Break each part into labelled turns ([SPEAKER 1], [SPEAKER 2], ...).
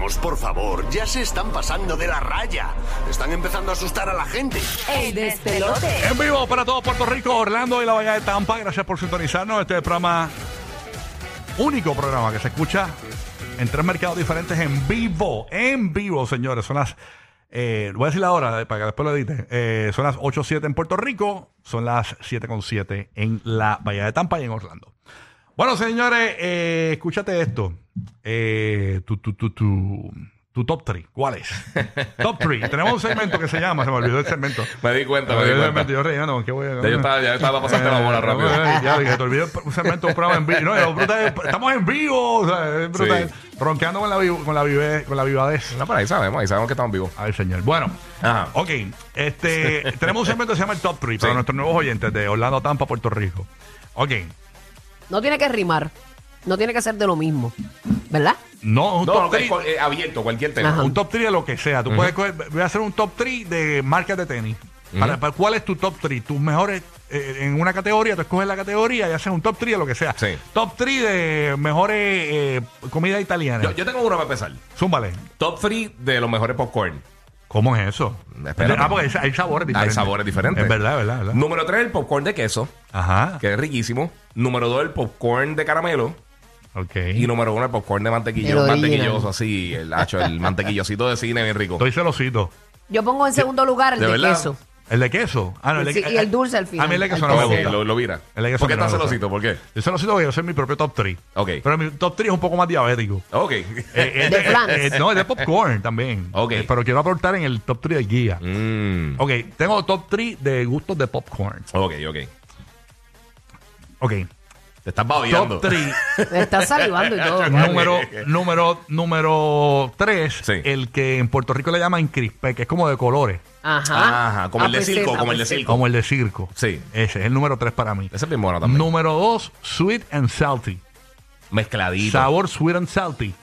[SPEAKER 1] Vamos, por favor, ya se están pasando de la raya. Están empezando a asustar a la gente.
[SPEAKER 2] ¡Ey, despelote!
[SPEAKER 3] En vivo para todo Puerto Rico, Orlando y la Bahía de Tampa. Gracias por sintonizarnos. Este es el programa, único programa que se escucha en tres mercados diferentes en vivo. En vivo, señores. Son las. eh, voy a decir la hora eh, para que después lo editen. Eh, son las 8.07 en Puerto Rico. Son las 7.7 en la Bahía de Tampa y en Orlando. Bueno, señores, eh, escúchate esto. Eh, tu, tu, tu, tu, tu top 3. ¿Cuál es? top 3. Tenemos un segmento que se llama, se me olvidó el segmento.
[SPEAKER 4] Me di cuenta, me
[SPEAKER 3] Yo
[SPEAKER 4] di cuenta.
[SPEAKER 3] realmente, yo relleno, ¿qué voy a-
[SPEAKER 4] Ya yo estaba, ya yo estaba pasando la bola
[SPEAKER 3] Eh,
[SPEAKER 4] rápido.
[SPEAKER 3] eh, ya, que te olvidé un segmento, un programa en vivo. No, lo brutal es- estamos en vivo. o sea, es brutal. Ronqueando con la, vi- con, la vive- con la vivadez.
[SPEAKER 4] No, pero ahí sabemos, ahí sabemos que estamos vivos.
[SPEAKER 3] Ay, señor. Bueno,
[SPEAKER 4] Ajá.
[SPEAKER 3] ok. Este, tenemos un segmento que se llama el Top 3 para
[SPEAKER 4] Sí.
[SPEAKER 3] nuestros nuevos oyentes de Orlando, Tampa, Puerto Rico. Ok.
[SPEAKER 2] No tiene que rimar. No tiene que ser de lo mismo. ¿Verdad?
[SPEAKER 3] No, un
[SPEAKER 4] No,
[SPEAKER 3] top
[SPEAKER 4] no, que es
[SPEAKER 3] 3.
[SPEAKER 4] cual- eh, abierto, cualquier tema.
[SPEAKER 2] Ajá.
[SPEAKER 3] Un top 3 de lo que sea. Tú puedes coger- voy a hacer un top 3 de marcas de tenis. Para, para- ¿Cuál es tu top 3? Tus mejores eh, en una categoría, tú escoges la categoría y haces un top 3 de lo que sea.
[SPEAKER 4] Sí.
[SPEAKER 3] Top 3 de mejores eh, comida italiana.
[SPEAKER 4] Yo, yo tengo uno para empezar.
[SPEAKER 3] Zúmbale.
[SPEAKER 4] Top 3 de los mejores popcorn.
[SPEAKER 3] ¿Cómo es eso?
[SPEAKER 4] Espérate.
[SPEAKER 3] Ah, porque hay, hay sabores
[SPEAKER 4] Hay
[SPEAKER 3] diferentes.
[SPEAKER 4] sabores diferentes.
[SPEAKER 3] Es verdad, es verdad, es verdad. Ah.
[SPEAKER 4] Número 3, el popcorn de queso,
[SPEAKER 3] Ajá.
[SPEAKER 4] que es riquísimo. Número 2, el popcorn de caramelo.
[SPEAKER 3] Ok.
[SPEAKER 4] Y número 1, el popcorn de mantequillo,
[SPEAKER 2] El original.
[SPEAKER 4] mantequilloso, así, el hacho, el mantequillosito de cine bien rico.
[SPEAKER 3] Estoy celosito.
[SPEAKER 2] Yo pongo en segundo lugar el
[SPEAKER 4] ¿De
[SPEAKER 2] de,
[SPEAKER 4] verdad?
[SPEAKER 2] queso.
[SPEAKER 3] ¿El de queso? Ah, no,
[SPEAKER 2] Sí, y el dulce al final.
[SPEAKER 3] A mí el de queso
[SPEAKER 2] Al
[SPEAKER 3] no me
[SPEAKER 4] Ok,
[SPEAKER 3] gusta.
[SPEAKER 4] lo, lo vira.
[SPEAKER 3] El de queso
[SPEAKER 4] ¿Por qué
[SPEAKER 3] no me
[SPEAKER 4] estás
[SPEAKER 3] gusta.
[SPEAKER 4] celosito? ¿Por qué?
[SPEAKER 3] Yo celosito porque yo soy mi propio top 3.
[SPEAKER 4] Ok.
[SPEAKER 3] Pero mi top 3 es un poco más diabético.
[SPEAKER 4] Ok.
[SPEAKER 3] Eh, eh,
[SPEAKER 2] De
[SPEAKER 3] eh,
[SPEAKER 2] flan.
[SPEAKER 3] eh, no, es de popcorn también.
[SPEAKER 4] Ok.
[SPEAKER 3] Eh, pero quiero aportar en el top 3 de guía.
[SPEAKER 4] Mm.
[SPEAKER 3] Ok, tengo top 3 de gustos de popcorn.
[SPEAKER 4] Ok, ok.
[SPEAKER 3] Ok.
[SPEAKER 4] Te estás babiando.
[SPEAKER 3] Top 3.
[SPEAKER 2] Me está salivando y todo.
[SPEAKER 3] número, número, número 3.
[SPEAKER 4] Sí.
[SPEAKER 3] El que en Puerto Rico le llaman crispé, que es como de colores.
[SPEAKER 2] Ajá. Ah,
[SPEAKER 4] Ajá,
[SPEAKER 2] pues
[SPEAKER 4] como el de
[SPEAKER 2] Apeseta,
[SPEAKER 4] circo, como el de
[SPEAKER 2] apeseta.
[SPEAKER 4] circo.
[SPEAKER 3] Como el de circo.
[SPEAKER 4] Sí.
[SPEAKER 3] Ese es el número 3 para mí.
[SPEAKER 4] Ese es bien bueno también.
[SPEAKER 3] Número 2, sweet and salty.
[SPEAKER 4] Mezcladito.
[SPEAKER 3] Sabor sweet and salty.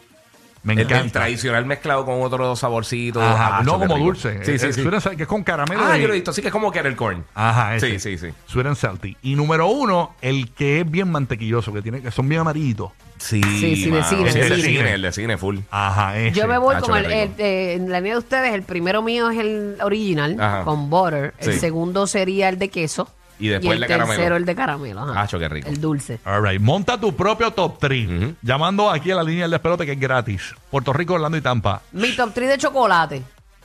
[SPEAKER 3] Me
[SPEAKER 4] El, el
[SPEAKER 3] encanta.
[SPEAKER 4] tradicional mezclado con otro saborcito.
[SPEAKER 3] Ajá,
[SPEAKER 4] Ah,
[SPEAKER 3] no
[SPEAKER 4] qué
[SPEAKER 3] como
[SPEAKER 4] rico.
[SPEAKER 3] dulce.
[SPEAKER 4] Sí,
[SPEAKER 3] El-
[SPEAKER 4] sí,
[SPEAKER 3] el
[SPEAKER 4] sí.
[SPEAKER 3] Sweet and salty, que es con caramelo.
[SPEAKER 4] Ah,
[SPEAKER 3] y-
[SPEAKER 4] yo lo he visto. Así que es como el corn.
[SPEAKER 3] Ajá, ese.
[SPEAKER 4] Sí, sí, sí.
[SPEAKER 3] Sweet and salty. Y número uno, el que es bien mantequilloso, que tiene que son bien amarillitos.
[SPEAKER 4] Sí,
[SPEAKER 2] Sí, sí, de
[SPEAKER 4] mano.
[SPEAKER 2] cine,
[SPEAKER 4] Sí,
[SPEAKER 3] de
[SPEAKER 4] el de
[SPEAKER 3] cine.
[SPEAKER 4] cine, el de cine full.
[SPEAKER 3] Ajá, ese.
[SPEAKER 2] Yo me voy
[SPEAKER 4] Nacho,
[SPEAKER 2] con el,
[SPEAKER 4] qué rico.
[SPEAKER 2] el- eh, en la línea de ustedes. El primero mío es el original,
[SPEAKER 4] Ajá.
[SPEAKER 2] con butter. El
[SPEAKER 4] Sí.
[SPEAKER 2] segundo sería el de queso.
[SPEAKER 4] Y después
[SPEAKER 2] el
[SPEAKER 4] el de caramelo.
[SPEAKER 2] tercero el de caramelo. Ajá.
[SPEAKER 4] Nacho, qué rico.
[SPEAKER 2] El dulce.
[SPEAKER 3] All right. Monta tu propio top 3. Llamando aquí a la línea del despelote que es gratis. Puerto Rico, Orlando y Tampa.
[SPEAKER 2] Mi top 3 de chocolate.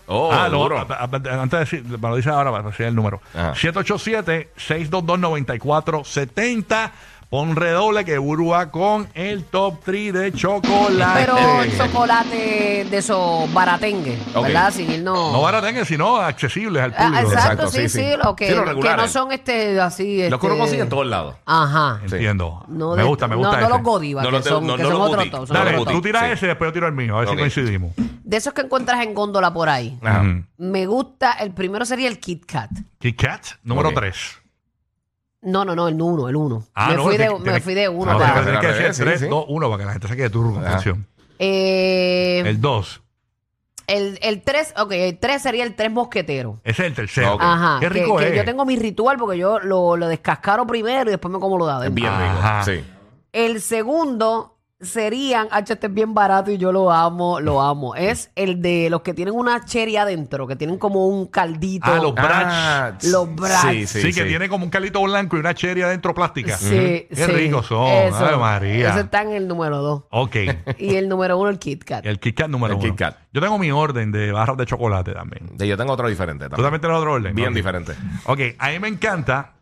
[SPEAKER 4] Oh,
[SPEAKER 3] ah, lo,
[SPEAKER 4] duro.
[SPEAKER 3] a- a- a- antes de decir, me lo dice ahora para decir el número.
[SPEAKER 4] Ajá.
[SPEAKER 3] 787-622-9470. Pon redoble que burúa con el top 3 de chocolate.
[SPEAKER 2] Pero el chocolate de esos baratengue.
[SPEAKER 4] Ok.
[SPEAKER 2] ¿Verdad? Sin irnos.
[SPEAKER 3] No baratengue, sino accesibles al
[SPEAKER 2] Ah,
[SPEAKER 3] público.
[SPEAKER 2] exacto,
[SPEAKER 4] Exacto, sí,
[SPEAKER 2] sí, sí,
[SPEAKER 4] sí.
[SPEAKER 2] lo que,
[SPEAKER 4] Sí, los
[SPEAKER 2] que no
[SPEAKER 3] eh.
[SPEAKER 4] regulares.
[SPEAKER 2] son este así. Este...
[SPEAKER 4] Los que uno consigue en todos lados.
[SPEAKER 2] Ajá.
[SPEAKER 3] Entiendo.
[SPEAKER 2] No
[SPEAKER 3] me
[SPEAKER 2] de-
[SPEAKER 3] gusta, me
[SPEAKER 2] no-
[SPEAKER 3] gusta.
[SPEAKER 2] No,
[SPEAKER 3] ese.
[SPEAKER 2] los Godiva,
[SPEAKER 4] No
[SPEAKER 2] que
[SPEAKER 4] los de-
[SPEAKER 2] son,
[SPEAKER 4] no-
[SPEAKER 2] que
[SPEAKER 4] no
[SPEAKER 2] son
[SPEAKER 4] los
[SPEAKER 2] otro
[SPEAKER 4] Guti.
[SPEAKER 2] top, son
[SPEAKER 3] Dale,
[SPEAKER 2] otro
[SPEAKER 4] los
[SPEAKER 2] top.
[SPEAKER 3] tú tiras
[SPEAKER 4] sí.
[SPEAKER 3] ese y después yo tiro el mío, a ver
[SPEAKER 4] Ok.
[SPEAKER 3] si coincidimos.
[SPEAKER 2] De esos que encuentras en góndola por ahí,
[SPEAKER 4] Ajá.
[SPEAKER 3] Ujú.
[SPEAKER 2] me gusta, el primero sería el Kit Kat.
[SPEAKER 3] Kit Kat, número
[SPEAKER 4] Ok.
[SPEAKER 3] 3.
[SPEAKER 2] No, no, no, el uno, el uno.
[SPEAKER 3] Ah,
[SPEAKER 2] me,
[SPEAKER 3] no,
[SPEAKER 2] fui
[SPEAKER 3] es que Ah,
[SPEAKER 2] de,
[SPEAKER 3] tiene-
[SPEAKER 2] me fui de uno.
[SPEAKER 3] No,
[SPEAKER 4] claro.
[SPEAKER 3] pero tienes que
[SPEAKER 4] Al
[SPEAKER 3] decir
[SPEAKER 4] revés, sí,
[SPEAKER 3] 3,
[SPEAKER 4] sí.
[SPEAKER 3] 2, 1 para que la gente se quede turro con
[SPEAKER 4] Ajá.
[SPEAKER 3] atención.
[SPEAKER 2] Eh,
[SPEAKER 3] El 2,
[SPEAKER 2] el, el tres, ok, el tres sería el tres mosquetero.
[SPEAKER 3] ese es el tercero.
[SPEAKER 4] Ok.
[SPEAKER 2] Ajá.
[SPEAKER 3] Qué
[SPEAKER 2] que-
[SPEAKER 3] rico
[SPEAKER 2] que
[SPEAKER 3] es.
[SPEAKER 2] yo tengo mi ritual porque yo lo, lo descascaro primero y después me como lo de
[SPEAKER 4] Es
[SPEAKER 2] adentro.
[SPEAKER 4] bien
[SPEAKER 3] Ajá.
[SPEAKER 4] rico. Sí.
[SPEAKER 2] El segundo serían, ah, este es bien barato y yo lo amo, lo amo. Es el de los que tienen una cherry adentro, que tienen como un caldito.
[SPEAKER 3] Ah, los brats.
[SPEAKER 2] Los brats.
[SPEAKER 4] Sí,
[SPEAKER 3] Sí,
[SPEAKER 4] sí,
[SPEAKER 3] que
[SPEAKER 4] sí.
[SPEAKER 3] tiene como un calito blanco y una cherry adentro plástica.
[SPEAKER 2] Sí,
[SPEAKER 3] Qué
[SPEAKER 2] sí.
[SPEAKER 3] ricos son.
[SPEAKER 2] Eso.
[SPEAKER 3] Ave María.
[SPEAKER 2] Ese está en el número dos.
[SPEAKER 3] Ok.
[SPEAKER 2] Y el número uno, el Kit Kat.
[SPEAKER 3] El Kit Kat número
[SPEAKER 4] El
[SPEAKER 3] uno.
[SPEAKER 4] Kit Kat.
[SPEAKER 3] Yo tengo mi orden de barras de chocolate también.
[SPEAKER 4] Yo tengo otro diferente
[SPEAKER 3] ¿Tú
[SPEAKER 4] también.
[SPEAKER 3] también tienes otro orden?
[SPEAKER 4] Bien
[SPEAKER 3] Ok.
[SPEAKER 4] diferente.
[SPEAKER 3] Ok, a mí me encanta.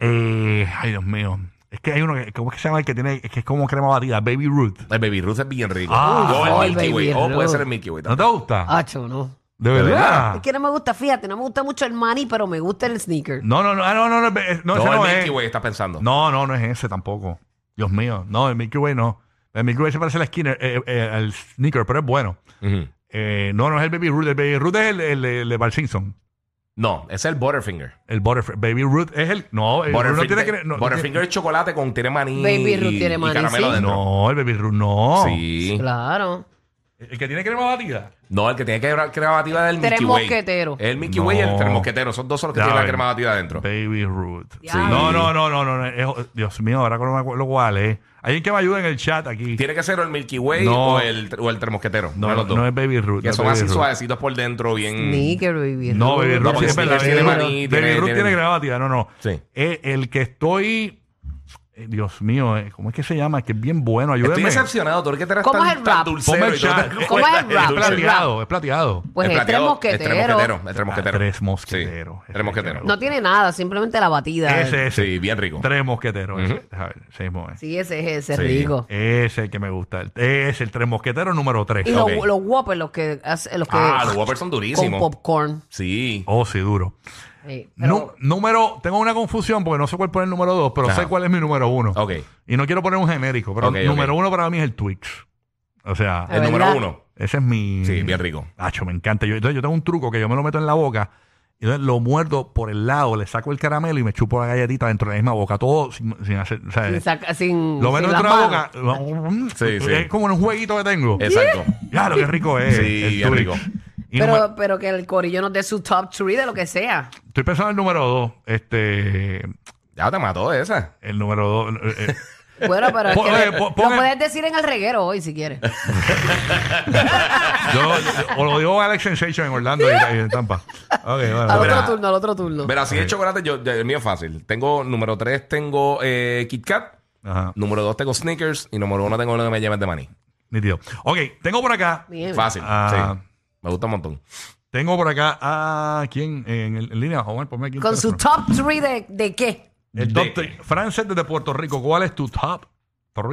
[SPEAKER 3] eh, ay, Dios mío. Es que hay uno que, ¿cómo es que se llama el que tiene? Es que es como crema batida, Baby Root.
[SPEAKER 4] El Baby Ruth es bien rico.
[SPEAKER 3] Ah,
[SPEAKER 4] o
[SPEAKER 2] oh, el
[SPEAKER 4] el Milky Way.
[SPEAKER 2] Baby
[SPEAKER 4] O puede
[SPEAKER 2] Ruth.
[SPEAKER 4] ser el Milky Way
[SPEAKER 3] ¿No
[SPEAKER 4] también.
[SPEAKER 3] te gusta?
[SPEAKER 2] Hacho, no.
[SPEAKER 3] Ah,
[SPEAKER 2] Ah,
[SPEAKER 3] ¿De
[SPEAKER 4] ¿de
[SPEAKER 3] verdad?
[SPEAKER 2] Es que no me gusta, fíjate, no me gusta mucho el maní, pero me gusta el sneaker.
[SPEAKER 4] Mm.
[SPEAKER 3] No, no, no, ah, no, no, no, eh, no,
[SPEAKER 4] No,
[SPEAKER 3] ese
[SPEAKER 4] el
[SPEAKER 3] no
[SPEAKER 4] Milky
[SPEAKER 3] es.
[SPEAKER 4] Way estás pensando.
[SPEAKER 3] No, no, no es ese tampoco. Dios mío. No, el Milky Way no. El Milky Way se parece al Skinner, eh, eh, al sneaker, pero es bueno.
[SPEAKER 4] Ujú.
[SPEAKER 3] Eh, no, no es el Baby Root. El Baby Root es el, el, el de Bart Simpson.
[SPEAKER 4] No, ese es el Butterfinger.
[SPEAKER 3] El Butterf- Baby Root es el. No, el Root no tiene que.
[SPEAKER 4] Butterfinger,
[SPEAKER 3] No,
[SPEAKER 4] Butterfinger es chocolate con tiene maní.
[SPEAKER 2] Baby Ruth
[SPEAKER 4] y-
[SPEAKER 2] tiene
[SPEAKER 4] y
[SPEAKER 2] maní,
[SPEAKER 4] caramelo
[SPEAKER 2] sí.
[SPEAKER 4] adentro.
[SPEAKER 3] no, el Baby Root no.
[SPEAKER 4] Sí.
[SPEAKER 2] Claro.
[SPEAKER 3] El que tiene crema batida.
[SPEAKER 4] No, el que tiene crema, crema batida del
[SPEAKER 2] Tres
[SPEAKER 4] Milky Way.
[SPEAKER 2] mosqueteros.
[SPEAKER 4] El Milky
[SPEAKER 3] No.
[SPEAKER 4] Way y el tres mosqueteros. Son dos son los que
[SPEAKER 3] Ya
[SPEAKER 4] tienen la
[SPEAKER 3] ven.
[SPEAKER 4] crema batida adentro.
[SPEAKER 3] Baby Root.
[SPEAKER 2] Sí.
[SPEAKER 3] No, no, no, no, no. no, es- Dios mío, ahora con lo cual, ¿eh? Alguien que me ayude en el chat aquí.
[SPEAKER 4] Tiene que ser o el Milky Way
[SPEAKER 3] No.
[SPEAKER 4] o el, o el tres mosqueteros.
[SPEAKER 3] No,
[SPEAKER 4] uno de los
[SPEAKER 3] no,
[SPEAKER 4] dos.
[SPEAKER 3] no es Baby Ruth, no
[SPEAKER 4] Que
[SPEAKER 3] es
[SPEAKER 4] son
[SPEAKER 3] Baby
[SPEAKER 4] así
[SPEAKER 3] Ruth.
[SPEAKER 4] suavecitos por dentro, bien.
[SPEAKER 2] Sneaker, baby.
[SPEAKER 3] No,
[SPEAKER 2] Ruth.
[SPEAKER 3] Baby
[SPEAKER 4] No,
[SPEAKER 3] Ruth
[SPEAKER 4] porque
[SPEAKER 3] es
[SPEAKER 4] Snickers
[SPEAKER 3] verdad,
[SPEAKER 4] tiene
[SPEAKER 3] Baby
[SPEAKER 4] maní,
[SPEAKER 3] Ruth-
[SPEAKER 4] tiene-
[SPEAKER 3] Baby Ruth
[SPEAKER 4] tiene-
[SPEAKER 3] tiene crema batida. No, no.
[SPEAKER 4] Sí.
[SPEAKER 3] Eh, el que estoy. eh, Dios mío, eh, ¿cómo es que se llama? Es que es bien bueno,
[SPEAKER 4] Estoy
[SPEAKER 3] ayúdenme.
[SPEAKER 4] decepcionado. ¿Por qué te eres
[SPEAKER 2] ¿Cómo
[SPEAKER 4] tan,
[SPEAKER 2] es el
[SPEAKER 4] tan
[SPEAKER 2] rap?
[SPEAKER 4] dulcero
[SPEAKER 3] Ponme
[SPEAKER 4] y todo?
[SPEAKER 3] chat.
[SPEAKER 2] ¿Cómo es el rap?
[SPEAKER 3] Es plateado, es plateado.
[SPEAKER 2] Pues
[SPEAKER 4] El
[SPEAKER 2] el tres
[SPEAKER 4] plateado es tres
[SPEAKER 2] mosqueteros.
[SPEAKER 4] mosqueteros, es tres mosqueteros.
[SPEAKER 3] tres mosqueteros.
[SPEAKER 4] Sí, tres mosqueteros.
[SPEAKER 2] No tiene nada, simplemente la batida.
[SPEAKER 3] Ese, ese.
[SPEAKER 4] Sí, bien rico.
[SPEAKER 3] Tres mosqueteros. ese. A ver, ese mismo es.
[SPEAKER 2] Sí, ese es ese,
[SPEAKER 4] Sí.
[SPEAKER 2] rico.
[SPEAKER 3] Ese es el que me gusta. El- Ese es el tres mosqueteros número tres.
[SPEAKER 2] Y
[SPEAKER 4] Ok.
[SPEAKER 2] los, los Whoppers, los que, hace- los que
[SPEAKER 4] Ah, los Whoppers son
[SPEAKER 2] con
[SPEAKER 4] durísimos.
[SPEAKER 2] popcorn.
[SPEAKER 4] Sí.
[SPEAKER 3] Oh, sí, duro.
[SPEAKER 2] Sí,
[SPEAKER 3] Nu-
[SPEAKER 2] pero-
[SPEAKER 3] número, tengo una confusión porque no sé cuál poner el número 2, pero
[SPEAKER 4] Ajá.
[SPEAKER 3] sé cuál es mi número 1.
[SPEAKER 4] Ok.
[SPEAKER 3] Y no quiero poner un genérico, pero
[SPEAKER 4] Ok, ok.
[SPEAKER 3] número 1 para mí es el Twix. O sea,
[SPEAKER 2] Ah,
[SPEAKER 4] El número
[SPEAKER 2] ¿verdad?
[SPEAKER 4] uno.
[SPEAKER 3] ese es mi.
[SPEAKER 4] Sí, bien rico.
[SPEAKER 3] Acho, me encanta. Yo, entonces yo tengo un truco que yo me lo meto en la boca y entonces lo muerdo por el lado, le saco el caramelo y me chupo la galletita dentro de la misma boca, todo sin, sin hacer. o
[SPEAKER 4] eh,
[SPEAKER 3] sea, eh,
[SPEAKER 2] sin saca- sin-
[SPEAKER 3] lo meto
[SPEAKER 2] sin las
[SPEAKER 3] dentro de la
[SPEAKER 2] manos.
[SPEAKER 3] boca.
[SPEAKER 4] Sí, sí.
[SPEAKER 3] Es como un jueguito que tengo.
[SPEAKER 4] Exacto.
[SPEAKER 3] Claro, qué rico es.
[SPEAKER 4] Sí,
[SPEAKER 3] el
[SPEAKER 4] bien
[SPEAKER 3] Twix.
[SPEAKER 4] rico.
[SPEAKER 3] Y
[SPEAKER 2] pero,
[SPEAKER 3] número-
[SPEAKER 2] pero que el corillo nos dé su top 3 de lo que sea.
[SPEAKER 3] estoy pensando en el número 2. Este.
[SPEAKER 4] Ya te mató esa.
[SPEAKER 3] El número eh, 2.
[SPEAKER 2] Bueno, pero es
[SPEAKER 3] Pon-
[SPEAKER 2] que
[SPEAKER 3] oye,
[SPEAKER 4] eh,
[SPEAKER 2] le-
[SPEAKER 3] pon- pon-
[SPEAKER 2] lo puedes decir en el reguero hoy si quieres.
[SPEAKER 3] Yo, yo- o lo digo Alex Sensation en Orlando y, y en Tampa. Ok, bueno.
[SPEAKER 2] Al
[SPEAKER 3] Mira,
[SPEAKER 2] otro
[SPEAKER 4] verá.
[SPEAKER 2] turno, al otro turno.
[SPEAKER 4] Pero así de chocolate, yo, yo- el mío es fácil. Tengo número 3, tengo eh, Kit Kat.
[SPEAKER 3] Ajá,
[SPEAKER 4] Número 2 tengo Snickers. Y número 1 tengo lo que me llaman de maní.
[SPEAKER 3] nítido. Ok, tengo por acá.
[SPEAKER 2] Bien.
[SPEAKER 4] Fácil.
[SPEAKER 3] Ah.
[SPEAKER 4] Sí. Me gusta un montón.
[SPEAKER 3] Tengo por acá a. ¿Quién? En, el- en línea, Omar, ponme aquí. un
[SPEAKER 2] Con su
[SPEAKER 3] teléfono.
[SPEAKER 2] top 3 de, de qué?
[SPEAKER 3] El top
[SPEAKER 4] De-
[SPEAKER 3] three. Frances desde Puerto Rico, ¿cuál es tu top 3?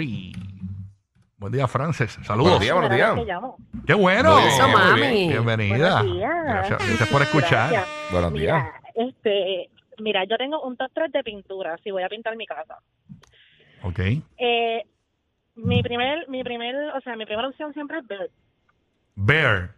[SPEAKER 3] Buen día, Frances. Saludos.
[SPEAKER 4] Buenos días, buenos
[SPEAKER 5] Primera
[SPEAKER 4] días.
[SPEAKER 5] vez que llamo.
[SPEAKER 3] ¡Qué bueno!
[SPEAKER 4] Muy bien,
[SPEAKER 2] Eso,
[SPEAKER 4] muy
[SPEAKER 2] mami.
[SPEAKER 4] bien.
[SPEAKER 3] Bienvenida.
[SPEAKER 5] Buenos días.
[SPEAKER 3] Gracias, gracias por escuchar.
[SPEAKER 5] Gracias.
[SPEAKER 4] Buenos días.
[SPEAKER 5] Mira, este, mira, yo tengo un top 3 de pintura, si voy a pintar mi casa.
[SPEAKER 3] Ok.
[SPEAKER 5] Eh, mi primer, mi primer, o sea, mi primera opción siempre es verde.
[SPEAKER 3] Bear.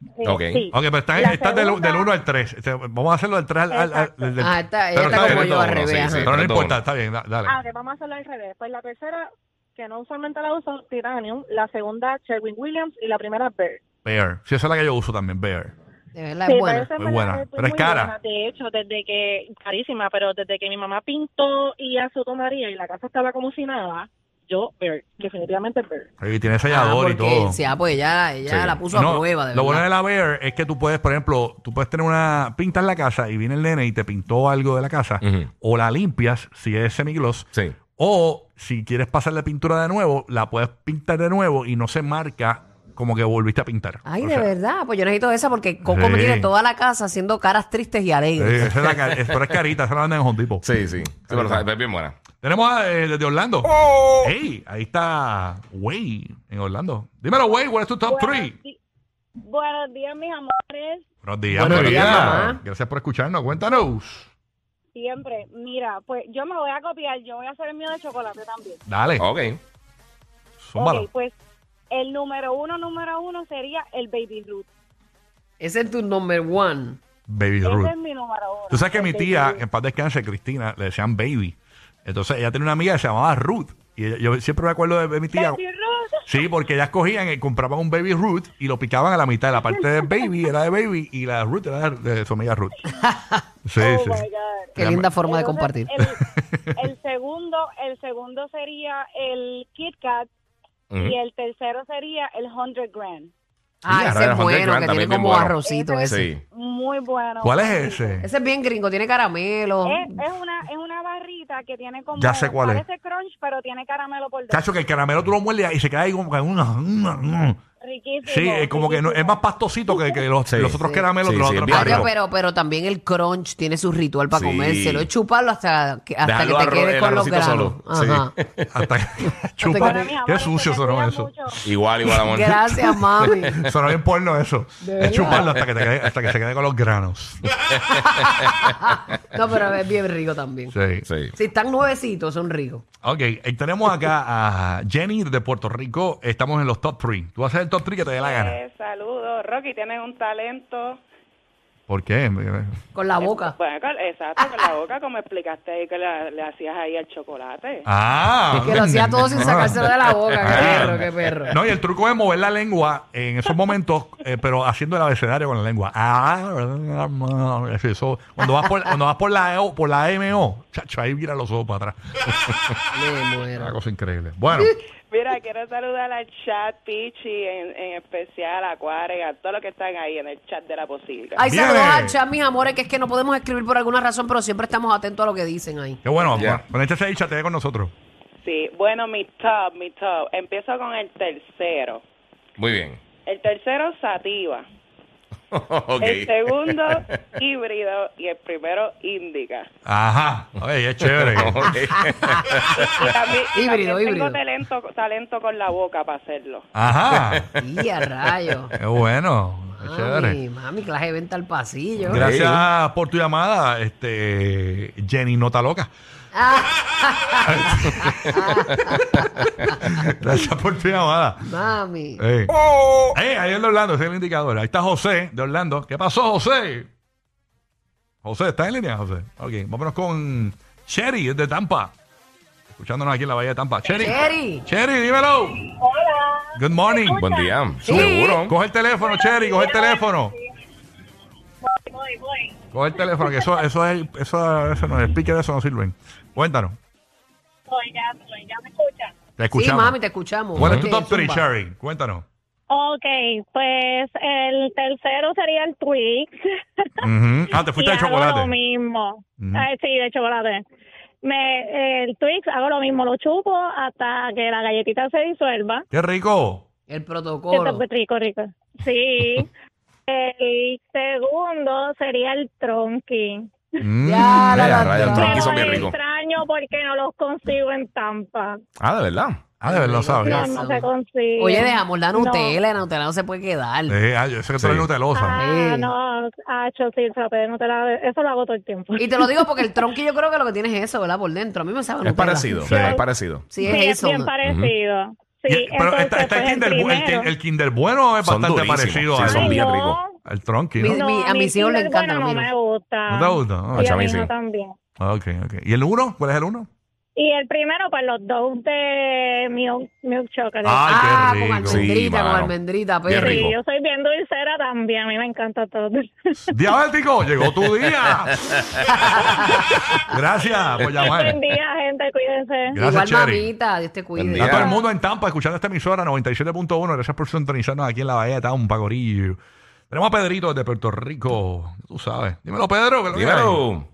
[SPEAKER 5] Sí,
[SPEAKER 4] Ok.
[SPEAKER 5] sí.
[SPEAKER 3] Ok, pero estás,
[SPEAKER 5] La
[SPEAKER 3] estás del,
[SPEAKER 5] segunda-
[SPEAKER 3] del 1 al 3. vamos a hacerlo del 3 al. al, al- del-
[SPEAKER 2] Ah, está, ella
[SPEAKER 3] pero
[SPEAKER 2] está como
[SPEAKER 3] bien,
[SPEAKER 2] yo al
[SPEAKER 4] todo,
[SPEAKER 2] revés.
[SPEAKER 4] sí,
[SPEAKER 2] ajá.
[SPEAKER 4] sí.
[SPEAKER 3] Pero no
[SPEAKER 4] Está todo
[SPEAKER 3] importa,
[SPEAKER 4] bueno.
[SPEAKER 3] está bien, da- dale.
[SPEAKER 5] Ah, ok, vamos a hacerlo al revés. Pues la tercera, que no usualmente la uso, Titanium. La segunda, Sherwin Williams. Y la primera, Bird.
[SPEAKER 3] Bear. Sí, esa es la que yo uso también, Bear.
[SPEAKER 2] De verdad es buena.
[SPEAKER 3] muy buena, pero es cara.
[SPEAKER 5] de hecho, desde que, carísima, pero desde que mi mamá pintó y azotó María y la casa estaba como si nada, yo, Bird, definitivamente Bird.
[SPEAKER 3] Y tiene sellador y
[SPEAKER 2] Ah, porque,
[SPEAKER 3] todo.
[SPEAKER 2] Sí, ah, pues ella, ella
[SPEAKER 4] Sí.
[SPEAKER 2] la puso a
[SPEAKER 3] No,
[SPEAKER 2] prueba. De
[SPEAKER 3] lo bueno
[SPEAKER 2] verdad.
[SPEAKER 3] de la Bear es que tú puedes, por ejemplo, tú puedes tener una. Pintas la casa y viene el nene y te pintó algo de la casa.
[SPEAKER 4] Ujú.
[SPEAKER 3] O la limpias si es semigloss.
[SPEAKER 4] Sí.
[SPEAKER 3] O si quieres pasar la pintura de nuevo, la puedes pintar de nuevo y no se marca como que volviste a pintar.
[SPEAKER 2] Ay,
[SPEAKER 3] O
[SPEAKER 2] de
[SPEAKER 3] sea, eh,
[SPEAKER 2] verdad. Pues yo necesito esa porque Coco me
[SPEAKER 3] Sí.
[SPEAKER 2] tiene toda la casa haciendo caras tristes y alegres.
[SPEAKER 3] eh, esa es la ca- es- pero es carita, esa la venden en Home Depot.
[SPEAKER 4] Sí, sí. Sí, pero sabe, es bien buena.
[SPEAKER 3] Tenemos a, eh, desde Orlando. ¡Ey! Ahí está Way en Orlando. Dímelo, Way, ¿cuál es tu top 3?
[SPEAKER 5] Buenos di- Buenos días, mis amores.
[SPEAKER 3] Buenos días,
[SPEAKER 2] Buenos
[SPEAKER 3] buenos
[SPEAKER 2] días,
[SPEAKER 3] días.
[SPEAKER 2] mamá.
[SPEAKER 3] Gracias por escucharnos. Cuéntanos.
[SPEAKER 5] Siempre. Mira, pues yo me voy a copiar. Yo voy a hacer el mío de chocolate también.
[SPEAKER 3] Dale,
[SPEAKER 4] Ok.
[SPEAKER 3] zúmbalo.
[SPEAKER 5] Ok, pues el número uno, número uno sería el Baby Root.
[SPEAKER 2] Ese es tu number one.
[SPEAKER 3] Baby Ruth.
[SPEAKER 5] Ese es mi número uno.
[SPEAKER 3] Tú sabes que
[SPEAKER 5] el
[SPEAKER 3] mi
[SPEAKER 5] Baby
[SPEAKER 3] tía, eh,
[SPEAKER 5] Ruth.
[SPEAKER 3] en paz descanse, Cristina, le decían Baby. Entonces ella tenía una amiga que se llamaba Ruth. Y ella- yo siempre me acuerdo de, de mi tía.
[SPEAKER 5] Baby Ruth.
[SPEAKER 3] Sí, porque ellas cogían y compraban un Baby Ruth y lo picaban a la mitad. La parte de Baby era de Baby y la Ruth era de, de su amiga Ruth. Sí,
[SPEAKER 5] Oh
[SPEAKER 3] sí.
[SPEAKER 5] my God.
[SPEAKER 2] Qué linda forma de
[SPEAKER 5] Entonces,
[SPEAKER 2] compartir.
[SPEAKER 5] El, el segundo, el segundo sería el Kit Kat.
[SPEAKER 4] Ujú.
[SPEAKER 6] Y el tercero sería el 100 grand.
[SPEAKER 2] Ah,
[SPEAKER 4] Sí, ahora
[SPEAKER 2] ese es
[SPEAKER 4] el Hundred
[SPEAKER 2] bueno,
[SPEAKER 4] Grand
[SPEAKER 2] que
[SPEAKER 4] también
[SPEAKER 2] tiene
[SPEAKER 4] es
[SPEAKER 2] como
[SPEAKER 4] bueno.
[SPEAKER 2] arrocito ese.
[SPEAKER 4] Sí.
[SPEAKER 6] Muy bueno.
[SPEAKER 3] ¿Cuál es ese?
[SPEAKER 2] Ese es bien gringo, tiene caramelo.
[SPEAKER 6] Es, es una, es una barrita que tiene como...
[SPEAKER 3] Mm. Ya sé cuál es.
[SPEAKER 6] Parece crunch, pero tiene caramelo por dentro.
[SPEAKER 3] Chacho, que el caramelo tú lo mueles y se cae ahí como que... una- una- una.
[SPEAKER 6] Riquísimo.
[SPEAKER 3] Sí, es como que no- es más pastosito que, que los,
[SPEAKER 4] Sí,
[SPEAKER 3] los otros
[SPEAKER 4] sí.
[SPEAKER 3] caramelos
[SPEAKER 4] Sí,
[SPEAKER 3] que los
[SPEAKER 4] sí,
[SPEAKER 3] otros
[SPEAKER 4] bien
[SPEAKER 2] Ay,
[SPEAKER 3] caramelos.
[SPEAKER 4] rico.
[SPEAKER 2] pero, pero también el crunch tiene su ritual para
[SPEAKER 4] Sí.
[SPEAKER 2] comérselo. Es chuparlo hasta que, hasta que
[SPEAKER 4] Dejarlo
[SPEAKER 2] te
[SPEAKER 4] arro-
[SPEAKER 2] quedes
[SPEAKER 4] el
[SPEAKER 2] con los
[SPEAKER 4] arrocito
[SPEAKER 2] granos.
[SPEAKER 4] solo.
[SPEAKER 2] Ajá.
[SPEAKER 3] Hasta que chupa.
[SPEAKER 2] Para mis
[SPEAKER 3] Qué sucio
[SPEAKER 7] este
[SPEAKER 3] sonó eso.
[SPEAKER 4] Igual, igual, amor.
[SPEAKER 2] Gracias, mami.
[SPEAKER 3] Sonó bien porno eso. Es chuparlo hasta que, te quede- hasta que se quede con los granos.
[SPEAKER 2] No, pero es bien rico también.
[SPEAKER 3] Sí.
[SPEAKER 4] Sí.
[SPEAKER 2] Si están nuevecitos, son ricos.
[SPEAKER 3] Ok, y tenemos acá a Jenny de Puerto Rico. Estamos en los top 3. Tú haces el top 3 que te dé la gana.
[SPEAKER 7] saludos, Eh, Rocky, tienes un talento.
[SPEAKER 3] ¿Por qué?
[SPEAKER 2] Con la boca.
[SPEAKER 7] Bueno, con- exacto, con
[SPEAKER 3] Ah.
[SPEAKER 7] la boca, como explicaste ahí que la- le hacías ahí al chocolate.
[SPEAKER 3] Ah.
[SPEAKER 2] Que lo hacía todo sin
[SPEAKER 3] Ah.
[SPEAKER 2] sacárselo de la boca. Qué
[SPEAKER 3] Ah.
[SPEAKER 2] perro, qué perro.
[SPEAKER 3] No, y el truco es mover la lengua en esos momentos, eh, pero haciendo el abecedario con la lengua. Ah, eso, cuando vas por, cuando vas por la EO, por la MO, chacho, ahí mira los ojos para atrás.
[SPEAKER 2] Me
[SPEAKER 3] Una
[SPEAKER 2] muero.
[SPEAKER 3] cosa increíble. Bueno,
[SPEAKER 7] Mira, quiero saludar al chat Pichi, en, en especial a Cuare, a todos los que están ahí en el chat de la posibilidad.
[SPEAKER 2] Ay,
[SPEAKER 3] Viene.
[SPEAKER 2] saludos a Chat, mis amores, que es que no podemos escribir por alguna razón, pero siempre estamos atentos a lo que dicen ahí.
[SPEAKER 3] qué bueno.
[SPEAKER 4] Ya.
[SPEAKER 3] Conéctate ahí, chatea con este nosotros.
[SPEAKER 7] Sí, bueno, mi top, mi top. Empiezo con el tercero.
[SPEAKER 4] Muy bien.
[SPEAKER 7] El tercero, sativa.
[SPEAKER 4] ok.
[SPEAKER 7] El segundo, híbrido. Y el primero, índica.
[SPEAKER 3] Ajá. Oye, es chévere.
[SPEAKER 4] Ok.
[SPEAKER 7] Y también, y
[SPEAKER 2] Híbrido,
[SPEAKER 7] también
[SPEAKER 2] híbrido.
[SPEAKER 7] tengo talento, talento con la boca para hacerlo.
[SPEAKER 3] Ajá.
[SPEAKER 2] Y a rayo.
[SPEAKER 3] Qué bueno. Es
[SPEAKER 2] Mami,
[SPEAKER 3] chévere.
[SPEAKER 2] mami, que las venta al pasillo.
[SPEAKER 3] Gracias por tu llamada, este Jenny Nota Loca. Gracias por tu llamada.
[SPEAKER 2] Mami.
[SPEAKER 3] Eh. Eh, ahí en Orlando, ese es el indicador. Ahí está José de Orlando. ¿Qué pasó, José? José, ¿está en línea, José? Ok, vámonos con Sherry, es de Tampa. Escuchándonos aquí en la Bahía de Tampa. Sherry.
[SPEAKER 2] Sherry.
[SPEAKER 3] Sherry, dímelo.
[SPEAKER 6] Hola.
[SPEAKER 3] Good morning.
[SPEAKER 4] Buen día.
[SPEAKER 2] Sí.
[SPEAKER 4] Seguro.
[SPEAKER 3] Coge el teléfono, Sherry, coge el teléfono.
[SPEAKER 6] Voy, voy, voy.
[SPEAKER 3] Coge el teléfono, que eso, eso es, eso, eso no, el pique de eso no sirven. Cuéntanos.
[SPEAKER 6] Voy, ya, voy, ya me escuchan.
[SPEAKER 3] Te escuchamos.
[SPEAKER 2] Sí, mami, te escuchamos.
[SPEAKER 3] ¿Cuál es tu
[SPEAKER 2] Oye,
[SPEAKER 3] top 3,
[SPEAKER 2] zumba.
[SPEAKER 3] Sherry? Cuéntanos.
[SPEAKER 6] Ok, pues el tercero sería el Twix.
[SPEAKER 3] Ujú. Ah, te fuiste
[SPEAKER 6] Y
[SPEAKER 3] de
[SPEAKER 6] hago
[SPEAKER 3] chocolate.
[SPEAKER 6] lo mismo.
[SPEAKER 3] Ujú.
[SPEAKER 6] Ay, sí, de chocolate. Me, el Twix hago lo mismo, lo chupo hasta que la galletita se disuelva.
[SPEAKER 3] Qué rico.
[SPEAKER 2] El
[SPEAKER 6] Sí,
[SPEAKER 2] protocolo.
[SPEAKER 6] está rico, rico. Sí. el segundo sería el tronqui.
[SPEAKER 3] Mm.
[SPEAKER 2] Ya, la, la,
[SPEAKER 4] Ay, rayos,
[SPEAKER 2] la.
[SPEAKER 4] tronqui
[SPEAKER 6] Pero
[SPEAKER 4] son bien
[SPEAKER 6] es
[SPEAKER 4] ricos.
[SPEAKER 6] extraño porque no los consigo en Tampa.
[SPEAKER 4] Ah, de verdad.
[SPEAKER 3] Ah, de verdad, ¿sabes?
[SPEAKER 6] No,
[SPEAKER 2] Eso.
[SPEAKER 6] no se consigue.
[SPEAKER 2] Oye, dejamos la
[SPEAKER 6] No.
[SPEAKER 2] Nutella, la Nutella no se puede quedar.
[SPEAKER 3] Eh, ah, yo sé que
[SPEAKER 4] Sí.
[SPEAKER 3] tú eres nutelosa.
[SPEAKER 6] Ah,
[SPEAKER 2] Sí.
[SPEAKER 6] no, ah, yo sí, el frappé de Nutella, eso lo hago todo el tiempo.
[SPEAKER 2] Y te lo digo porque el tronqui yo creo que lo que tienes es eso, ¿verdad? Por dentro. A mí me sabe
[SPEAKER 4] Es
[SPEAKER 2] Nutella.
[SPEAKER 4] parecido.
[SPEAKER 3] Sí.
[SPEAKER 4] Es parecido.
[SPEAKER 2] Sí,
[SPEAKER 6] Sí,
[SPEAKER 2] es
[SPEAKER 6] es
[SPEAKER 2] eso.
[SPEAKER 6] bien parecido. Sí,
[SPEAKER 3] Y- pero
[SPEAKER 6] entonces,
[SPEAKER 3] está, está el,
[SPEAKER 6] pues,
[SPEAKER 3] kinder, bu- el
[SPEAKER 6] primero-
[SPEAKER 3] ki- el Kinder bueno es
[SPEAKER 4] Son
[SPEAKER 3] bastante
[SPEAKER 4] durísimos,
[SPEAKER 3] parecido
[SPEAKER 4] sí,
[SPEAKER 3] al,
[SPEAKER 4] son
[SPEAKER 6] Ay,
[SPEAKER 4] bien
[SPEAKER 6] no.
[SPEAKER 4] ricos.
[SPEAKER 3] al tronqui, ¿no?
[SPEAKER 2] Mi- mi- a
[SPEAKER 6] No,
[SPEAKER 2] mis hijos les
[SPEAKER 6] Kinder
[SPEAKER 2] encanta,
[SPEAKER 6] Bueno,
[SPEAKER 2] a mí
[SPEAKER 6] no me
[SPEAKER 2] no.
[SPEAKER 6] gusta.
[SPEAKER 3] ¿No te gusta? Ah,
[SPEAKER 6] Y a
[SPEAKER 4] chama,
[SPEAKER 6] mi
[SPEAKER 4] sí.
[SPEAKER 6] hijo también.
[SPEAKER 3] Ah, Ok, ok. ¿Y el uno? ¿Cuál es el uno?
[SPEAKER 6] Y el primero, pues los dos de milk, milk chocolate.
[SPEAKER 3] Ay,
[SPEAKER 2] ah,
[SPEAKER 3] qué
[SPEAKER 2] con
[SPEAKER 3] rico.
[SPEAKER 4] Sí,
[SPEAKER 2] almendrita, con
[SPEAKER 4] mano.
[SPEAKER 2] almendrita,
[SPEAKER 4] Qué
[SPEAKER 2] pero.
[SPEAKER 6] sí,
[SPEAKER 4] rico.
[SPEAKER 6] yo soy bien dulcera también, a mí me encanta todo.
[SPEAKER 3] Diabético, llegó tu día. Gracias por llamar.
[SPEAKER 6] Buen día, gente, cuídense.
[SPEAKER 3] Gracias,
[SPEAKER 2] Igual
[SPEAKER 3] Cherry.
[SPEAKER 2] mamita, Dios te cuide.
[SPEAKER 4] Buen
[SPEAKER 3] A
[SPEAKER 4] día.
[SPEAKER 3] todo el mundo en Tampa escuchando esta emisora 97.1. Gracias por sintonizarnos aquí en la Bahía de Tampa, Gorillo. Tenemos a Pedrito desde Puerto Rico. Tú sabes. Dímelo, Pedro. que lo que hay.
[SPEAKER 4] Dímelo.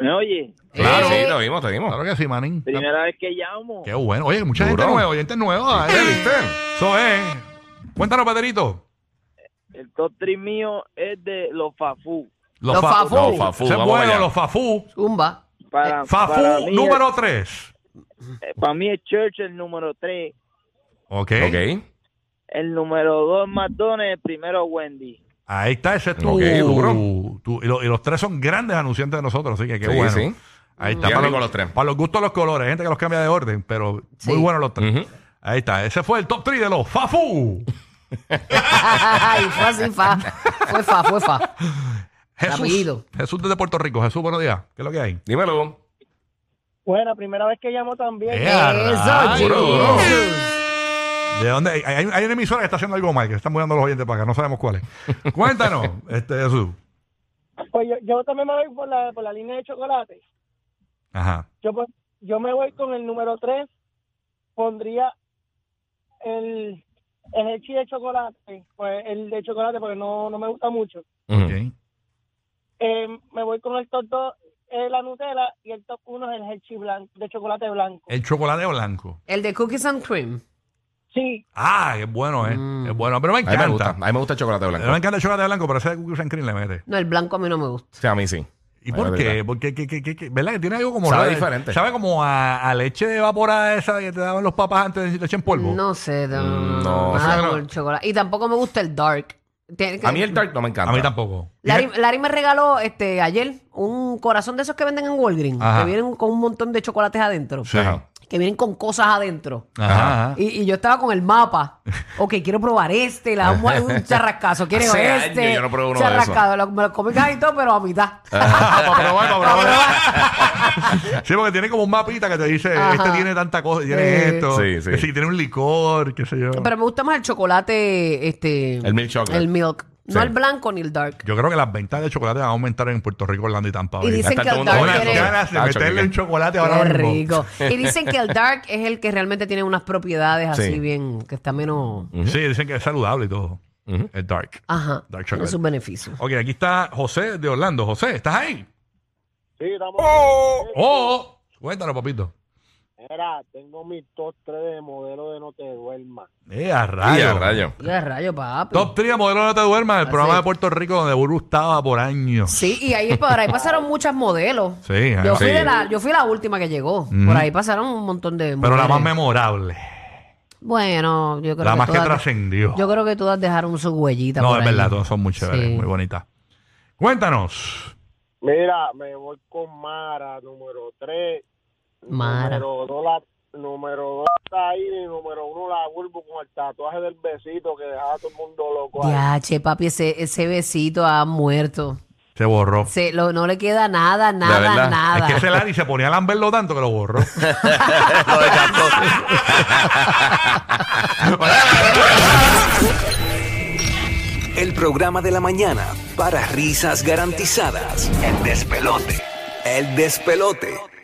[SPEAKER 8] ¿Me oye?
[SPEAKER 4] Claro,
[SPEAKER 2] Eh.
[SPEAKER 4] sí, lo vimos, te vimos.
[SPEAKER 3] Claro que sí, manín.
[SPEAKER 8] Primera vez que llamo.
[SPEAKER 3] Qué bueno. Oye, mucha
[SPEAKER 4] Duro.
[SPEAKER 3] gente nueva, oyentes nueva.
[SPEAKER 4] ¿Viste?
[SPEAKER 3] ¿eh?
[SPEAKER 4] ¿Viste?
[SPEAKER 3] Eso es. Cuéntanos, Pedrito.
[SPEAKER 8] El top 3 mío es de los Fafú.
[SPEAKER 2] Los fafú.
[SPEAKER 4] Los fafú,
[SPEAKER 3] Eso es
[SPEAKER 4] vamos
[SPEAKER 3] bueno,
[SPEAKER 4] allá.
[SPEAKER 3] los Fafú.
[SPEAKER 2] Zumba.
[SPEAKER 8] Para,
[SPEAKER 3] Eh, Fafú
[SPEAKER 8] para mí,
[SPEAKER 3] número 3.
[SPEAKER 8] eh, para mí es Church el número 3.
[SPEAKER 3] Ok.
[SPEAKER 4] Ok.
[SPEAKER 8] El número 2 McDonald's, el primero Wendy.
[SPEAKER 3] Ahí está, ese es tu.
[SPEAKER 4] Ok, duro.
[SPEAKER 3] tu- y, lo- y los tres son grandes anunciantes de nosotros, así que qué
[SPEAKER 4] Sí,
[SPEAKER 3] bueno.
[SPEAKER 4] sí.
[SPEAKER 3] Ahí está.
[SPEAKER 4] Bien
[SPEAKER 3] Para
[SPEAKER 4] rico
[SPEAKER 3] los,
[SPEAKER 4] los tres.
[SPEAKER 3] para los gustos, los colores. Hay gente que los cambia de orden, pero muy
[SPEAKER 2] Sí.
[SPEAKER 3] buenos los tres.
[SPEAKER 4] Ujú.
[SPEAKER 3] Ahí está. Ese fue el top 3 de los Fafú.
[SPEAKER 2] Ay, fue así, fa. Fue fa, fue fa.
[SPEAKER 3] Jesús.
[SPEAKER 2] Rápido.
[SPEAKER 3] Jesús desde Puerto Rico. Jesús, buenos días. ¿Qué es lo que hay?
[SPEAKER 4] Dímelo.
[SPEAKER 7] Bueno, primera vez que llamo también.
[SPEAKER 3] ¡Eh, a
[SPEAKER 2] Eso,
[SPEAKER 3] rayos!
[SPEAKER 4] duro.
[SPEAKER 2] Jesus.
[SPEAKER 3] ¿De dónde? Hay, hay- hay una emisora que está haciendo algo mal, que están mudando los oyentes para acá. No sabemos cuál es. Cuéntanos, este, Jesús.
[SPEAKER 7] Pues yo, yo también me voy por la, por la línea de chocolate. pues,
[SPEAKER 3] Ajá.
[SPEAKER 7] Yo, pon- yo me voy con el número 3. Pondría
[SPEAKER 9] el, el Hershey de chocolate, pues el de chocolate porque no, no me gusta mucho.
[SPEAKER 4] Mm.
[SPEAKER 3] Ok.
[SPEAKER 9] Eh, me voy con el top 2 la Nutella y el top 1 es el Hershey blanco, de chocolate blanco.
[SPEAKER 3] El chocolate blanco.
[SPEAKER 2] El de cookies and cream.
[SPEAKER 9] Sí.
[SPEAKER 3] Ah, es bueno, ¿eh?
[SPEAKER 2] Mm.
[SPEAKER 3] Es bueno, pero me
[SPEAKER 4] A mí me
[SPEAKER 3] encanta.
[SPEAKER 4] gusta, a mí me gusta el chocolate
[SPEAKER 3] A mí
[SPEAKER 4] blanco.
[SPEAKER 3] me encanta el chocolate blanco, pero ese de cookies and cream le mete.
[SPEAKER 2] No, el blanco a mí no me gusta.
[SPEAKER 4] O sea, a mí sí.
[SPEAKER 3] ¿Y
[SPEAKER 4] Ay,
[SPEAKER 3] por
[SPEAKER 4] de
[SPEAKER 3] qué?
[SPEAKER 4] verdad.
[SPEAKER 3] Porque, que, que, que- que- ¿verdad? Que tiene algo como...
[SPEAKER 4] Sabe
[SPEAKER 3] raro.
[SPEAKER 4] diferente.
[SPEAKER 3] Sabe como a, a leche evaporada esa que te daban los papás antes de leche en polvo.
[SPEAKER 2] No sé, no,
[SPEAKER 4] Mm,
[SPEAKER 2] no,
[SPEAKER 4] no,
[SPEAKER 2] nada
[SPEAKER 4] o sea,
[SPEAKER 2] con el chocolate. Y tampoco me gusta el dark. Tiene que-
[SPEAKER 4] A mí el dark no me encanta.
[SPEAKER 3] A mí tampoco.
[SPEAKER 2] Larry, Larry me regaló este ayer un corazón de esos que venden en Walgreens,
[SPEAKER 3] Ajá.
[SPEAKER 2] que vienen con un montón de chocolates adentro,
[SPEAKER 3] Sí. Ajá.
[SPEAKER 2] que vienen con cosas adentro.
[SPEAKER 3] Ajá. ajá.
[SPEAKER 2] Y, y yo estaba con el mapa. Ok, quiero probar este. La vamos a un charrascazo. ¿Quieres
[SPEAKER 4] Hace años
[SPEAKER 2] este?
[SPEAKER 4] yo no pruebo uno de
[SPEAKER 2] charrascado. Lo- me lo comí casi todo, pero a mitad.
[SPEAKER 3] para probar, para probar. sí, porque tiene como un mapita que te dice,
[SPEAKER 2] Ajá.
[SPEAKER 3] este tiene tanta cosa, tiene
[SPEAKER 2] Sí.
[SPEAKER 3] esto.
[SPEAKER 4] Sí, sí.
[SPEAKER 3] Que si tiene un licor, qué sé yo.
[SPEAKER 2] Pero me gusta más el chocolate, este...
[SPEAKER 4] El milk chocolate.
[SPEAKER 2] El milk. No
[SPEAKER 4] Sí.
[SPEAKER 2] el blanco ni el dark.
[SPEAKER 3] yo creo que las ventas de chocolate van a aumentar en Puerto Rico, Orlando y Tampa.
[SPEAKER 2] Y
[SPEAKER 3] Bay.
[SPEAKER 2] dicen
[SPEAKER 4] Está
[SPEAKER 2] que
[SPEAKER 4] todo
[SPEAKER 2] el
[SPEAKER 4] mundo
[SPEAKER 2] dark
[SPEAKER 4] buena.
[SPEAKER 2] tiene-
[SPEAKER 3] Buenas ganas de
[SPEAKER 4] Ah,
[SPEAKER 3] meterle
[SPEAKER 4] chocolate.
[SPEAKER 3] un chocolate ahora
[SPEAKER 2] Qué
[SPEAKER 3] mismo.
[SPEAKER 2] rico. Y dicen que el dark es el que realmente tiene unas propiedades así
[SPEAKER 4] Sí.
[SPEAKER 2] bien, que está menos...
[SPEAKER 3] Sí, dicen que es saludable y todo.
[SPEAKER 4] Ujú.
[SPEAKER 3] Es dark.
[SPEAKER 2] Ajá.
[SPEAKER 3] Dark
[SPEAKER 2] Tiene
[SPEAKER 3] chocolate.
[SPEAKER 2] sus beneficios.
[SPEAKER 3] Ok, aquí está José de Orlando. José, ¿estás ahí?
[SPEAKER 9] Sí, estamos.
[SPEAKER 3] Oh, cuéntanos, papito.
[SPEAKER 9] Mira, tengo mis top 3 de modelo de No Te Duermas.
[SPEAKER 3] Eh, a
[SPEAKER 4] Y
[SPEAKER 3] rayo.
[SPEAKER 4] a rayo.
[SPEAKER 2] Ya, rayo, papi.
[SPEAKER 3] Top 3 modelo no te duermas, el
[SPEAKER 2] Así
[SPEAKER 3] programa
[SPEAKER 2] es.
[SPEAKER 3] de Puerto Rico donde Burbu estaba por años.
[SPEAKER 2] Sí, y ahí, por ahí pasaron muchas modelos.
[SPEAKER 3] Ah, Sí,
[SPEAKER 2] Yo fui,
[SPEAKER 4] sí.
[SPEAKER 2] de la, yo fui la última que llegó. Por ahí pasaron un montón de
[SPEAKER 3] pero la
[SPEAKER 2] mujeres.
[SPEAKER 3] más memorable,
[SPEAKER 2] Bueno, yo creo
[SPEAKER 3] la
[SPEAKER 2] que
[SPEAKER 3] más que
[SPEAKER 2] todas-
[SPEAKER 3] trascendió.
[SPEAKER 2] Yo creo que todas dejaron su huellita.
[SPEAKER 3] No,
[SPEAKER 2] por
[SPEAKER 3] es
[SPEAKER 2] ahí.
[SPEAKER 3] verdad, todas son muy chéveres,
[SPEAKER 2] Sí.
[SPEAKER 3] muy bonitas. Cuéntanos.
[SPEAKER 9] Mira, me voy con Mara, número 3.
[SPEAKER 2] Mara.
[SPEAKER 9] Número 2, la, número dos está ahí. Y número 1, la Bulbo con el tatuaje del besito que dejaba a todo el mundo loco. ahí.
[SPEAKER 2] Ya, che, papi, ese, ese besito ha muerto.
[SPEAKER 3] Se borró.
[SPEAKER 2] Se, lo- no le queda nada, nada,
[SPEAKER 4] verdad.
[SPEAKER 3] Es
[SPEAKER 2] nada.
[SPEAKER 3] que ese Larry se ponía a lamberlo tanto que lo borró.
[SPEAKER 4] Lo descartó.
[SPEAKER 10] El programa de la mañana para risas garantizadas. El despelote. El despelote.